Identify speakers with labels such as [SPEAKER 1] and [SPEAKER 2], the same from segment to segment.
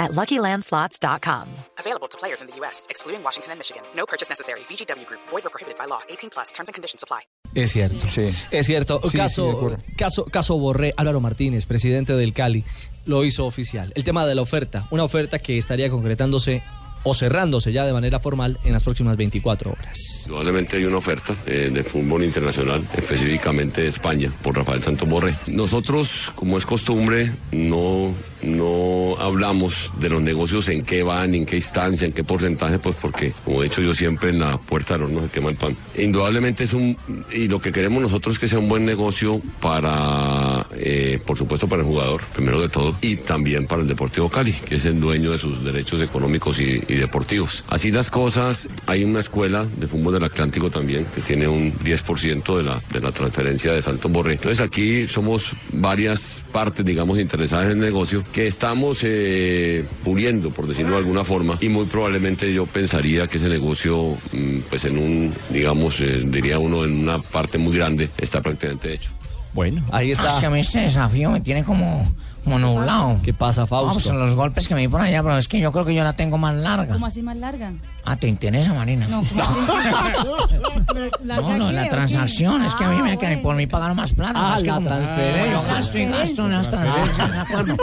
[SPEAKER 1] at luckylandslots.com.
[SPEAKER 2] Available to players in the U.S., excluding Washington and Michigan. No purchase necessary. VGW Group, void or prohibited by law. 18 plus terms and conditions apply.
[SPEAKER 3] Es cierto.
[SPEAKER 4] Sí.
[SPEAKER 3] Es cierto.
[SPEAKER 4] Sí, sí, de
[SPEAKER 3] caso,
[SPEAKER 4] acuerdo.
[SPEAKER 3] caso, caso Borré, Álvaro Martínez, presidente del Cali, lo hizo oficial. El tema de la oferta, una oferta que estaría concretándose o cerrándose ya de manera formal en las próximas 24 horas.
[SPEAKER 5] Indudablemente hay una oferta eh, de fútbol internacional, específicamente de España, por Rafael Santos Borré. Nosotros, como es costumbre, no, no hablamos de los negocios en qué van, en qué instancia, en qué porcentaje, pues porque, como he dicho yo siempre, en la puerta del horno se quema el pan. E Indudablemente es un, y lo que queremos nosotros es que sea un buen negocio para, eh, por supuesto, para el jugador, primero de todo, y también para el Deportivo Cali, que es el dueño de sus derechos económicos y, y deportivos. Así las cosas, hay una escuela de fútbol del Atlántico también, que tiene un 10% de la, de la transferencia de Santos Borré. Entonces aquí somos varias partes, digamos, interesadas en el negocio, que estamos eh, puliendo, por decirlo de alguna forma, y muy probablemente yo pensaría que ese negocio, mm, pues en un, digamos, eh, diría uno, en una parte muy grande, está prácticamente hecho.
[SPEAKER 3] Bueno, ahí
[SPEAKER 6] Ah, Es que a
[SPEAKER 3] está.
[SPEAKER 6] mí este desafío me tiene como, como nublado.
[SPEAKER 3] ¿Qué pasa,
[SPEAKER 6] Ah, pues
[SPEAKER 3] Fausto?
[SPEAKER 6] son los golpes que me di por allá, pero es que yo creo que yo la tengo más larga.
[SPEAKER 7] ¿Cómo así más larga?
[SPEAKER 6] Ah, ¿te interesa, Marina?
[SPEAKER 7] No, ¿cómo
[SPEAKER 6] No,
[SPEAKER 7] así? ¿Larga
[SPEAKER 6] lo de
[SPEAKER 7] qué, o
[SPEAKER 6] la
[SPEAKER 7] qué?
[SPEAKER 6] transacción, es que a mí me
[SPEAKER 7] Ah,
[SPEAKER 6] que por
[SPEAKER 7] bueno.
[SPEAKER 6] mí pagaron más plata.
[SPEAKER 3] Ah,
[SPEAKER 6] es que
[SPEAKER 3] la
[SPEAKER 6] como-
[SPEAKER 3] transferencia.
[SPEAKER 6] Yo gasto y gasto en las transferencias, me acuerdo.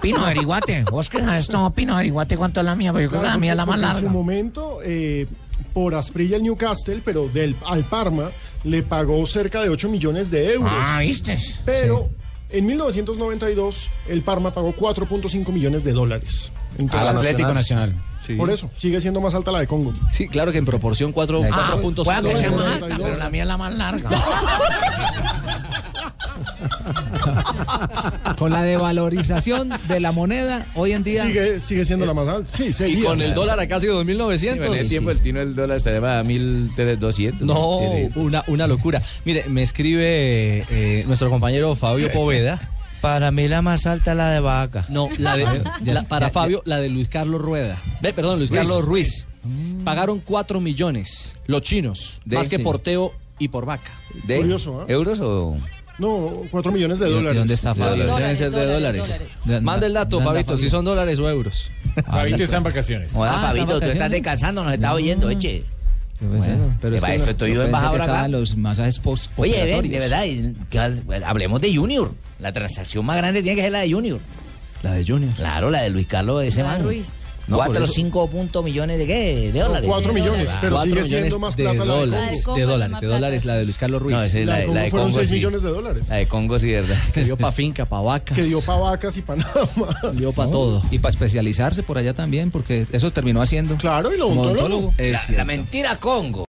[SPEAKER 6] Pino, averiguate. Vos que esto, Pino, averiguate cuánto es la mía, pero yo creo que la
[SPEAKER 8] Claro,
[SPEAKER 6] mía es la
[SPEAKER 8] porque
[SPEAKER 6] más
[SPEAKER 8] En su
[SPEAKER 6] larga.
[SPEAKER 8] momento, eh, por Asprilla el Newcastle, pero del, al Parma, le pagó cerca de 8 millones de euros.
[SPEAKER 6] Ah, ¿viste?
[SPEAKER 8] pero en 1992, el Parma pagó 4.5 millones de dólares. Entonces,
[SPEAKER 4] Nacional.
[SPEAKER 3] Sí.
[SPEAKER 8] Por eso, sigue siendo más alta la de Congo.
[SPEAKER 3] Sí, claro que en proporción cuatro-
[SPEAKER 6] Ah,
[SPEAKER 3] 4.5.
[SPEAKER 6] pueda que sea
[SPEAKER 8] millones.
[SPEAKER 6] más alta, pero la mía es la más larga.
[SPEAKER 9] Con la devalorización de la moneda, hoy en día
[SPEAKER 8] Sigue, sigue siendo la más alta. Sí,
[SPEAKER 3] y
[SPEAKER 8] seguía.
[SPEAKER 3] con el dólar a casi 2.900.
[SPEAKER 4] En ese tiempo el tino del dólar estaría a 1.200.
[SPEAKER 3] No, una, una locura. Mire, me escribe eh, nuestro compañero Fabio Poveda.
[SPEAKER 6] Para mí la más alta es la de vaca.
[SPEAKER 3] No, la de, la- para Fabio, la de Luis Carlos Rueda. Ve, perdón, Luis, Mm. Carlos Ruiz. Pagaron 4 millones los chinos,
[SPEAKER 4] De-
[SPEAKER 3] más que
[SPEAKER 4] sí.
[SPEAKER 3] por Teo y por Vaca.
[SPEAKER 4] ¿De
[SPEAKER 8] Curioso, ¿eh?
[SPEAKER 4] euros o...?
[SPEAKER 8] No, 4 millones de dólares.
[SPEAKER 4] Fabio?
[SPEAKER 7] Dólares,
[SPEAKER 4] Deben ser de
[SPEAKER 7] dólares,
[SPEAKER 4] dólares.
[SPEAKER 3] Manda el dato, Fabito, si son dólares o euros.
[SPEAKER 4] Fabito está en
[SPEAKER 6] vacaciones.
[SPEAKER 9] Ah,
[SPEAKER 6] Hola,
[SPEAKER 9] está en
[SPEAKER 6] Fabito, tú estás
[SPEAKER 9] vacaciones.
[SPEAKER 6] descansando, nos estás oyendo, eche. Bueno,
[SPEAKER 3] pero es
[SPEAKER 6] para
[SPEAKER 3] que
[SPEAKER 6] eso
[SPEAKER 3] no-
[SPEAKER 6] estoy yo embajador acá.
[SPEAKER 9] los masajes post
[SPEAKER 6] Oye, ven, de verdad, y- que hable- bueno, hablemos de Junior. La transacción más grande tiene que ser la de Junior.
[SPEAKER 3] La de Junior.
[SPEAKER 6] Claro, la de Luis Carlos ese
[SPEAKER 7] La de
[SPEAKER 6] man.
[SPEAKER 7] Ruiz.
[SPEAKER 3] No, por
[SPEAKER 6] Cuatro o
[SPEAKER 3] eso-
[SPEAKER 6] cinco puntos millones de qué? De dólares. Ah,
[SPEAKER 8] 4 millones, pero
[SPEAKER 3] Cuatro
[SPEAKER 8] sigue siendo más plata la de Congo.
[SPEAKER 3] dólares,
[SPEAKER 7] Congo.
[SPEAKER 3] de
[SPEAKER 7] La de Congo,
[SPEAKER 3] dólares,
[SPEAKER 7] más
[SPEAKER 3] de
[SPEAKER 7] plata,
[SPEAKER 3] dólares,
[SPEAKER 7] sí.
[SPEAKER 3] la de Luis Carlos Ruiz.
[SPEAKER 4] No, esa es
[SPEAKER 8] La
[SPEAKER 4] la,
[SPEAKER 8] de
[SPEAKER 4] la
[SPEAKER 8] Congo
[SPEAKER 4] de
[SPEAKER 8] fueron
[SPEAKER 4] Congo,
[SPEAKER 8] 6
[SPEAKER 4] sí.
[SPEAKER 8] millones de dólares.
[SPEAKER 4] La de Congo, sí, verdad.
[SPEAKER 3] que dio pa' finca, pa' vacas.
[SPEAKER 8] Que dio para vacas y para nada más.
[SPEAKER 3] dio pa' todo.
[SPEAKER 9] Y para especializarse por allá también, porque eso terminó haciendo.
[SPEAKER 8] Claro, y lo
[SPEAKER 9] Como
[SPEAKER 8] odontólogo.
[SPEAKER 9] odontólogo.
[SPEAKER 6] La,
[SPEAKER 3] Es
[SPEAKER 6] la
[SPEAKER 3] cierto.
[SPEAKER 6] mentira Congo.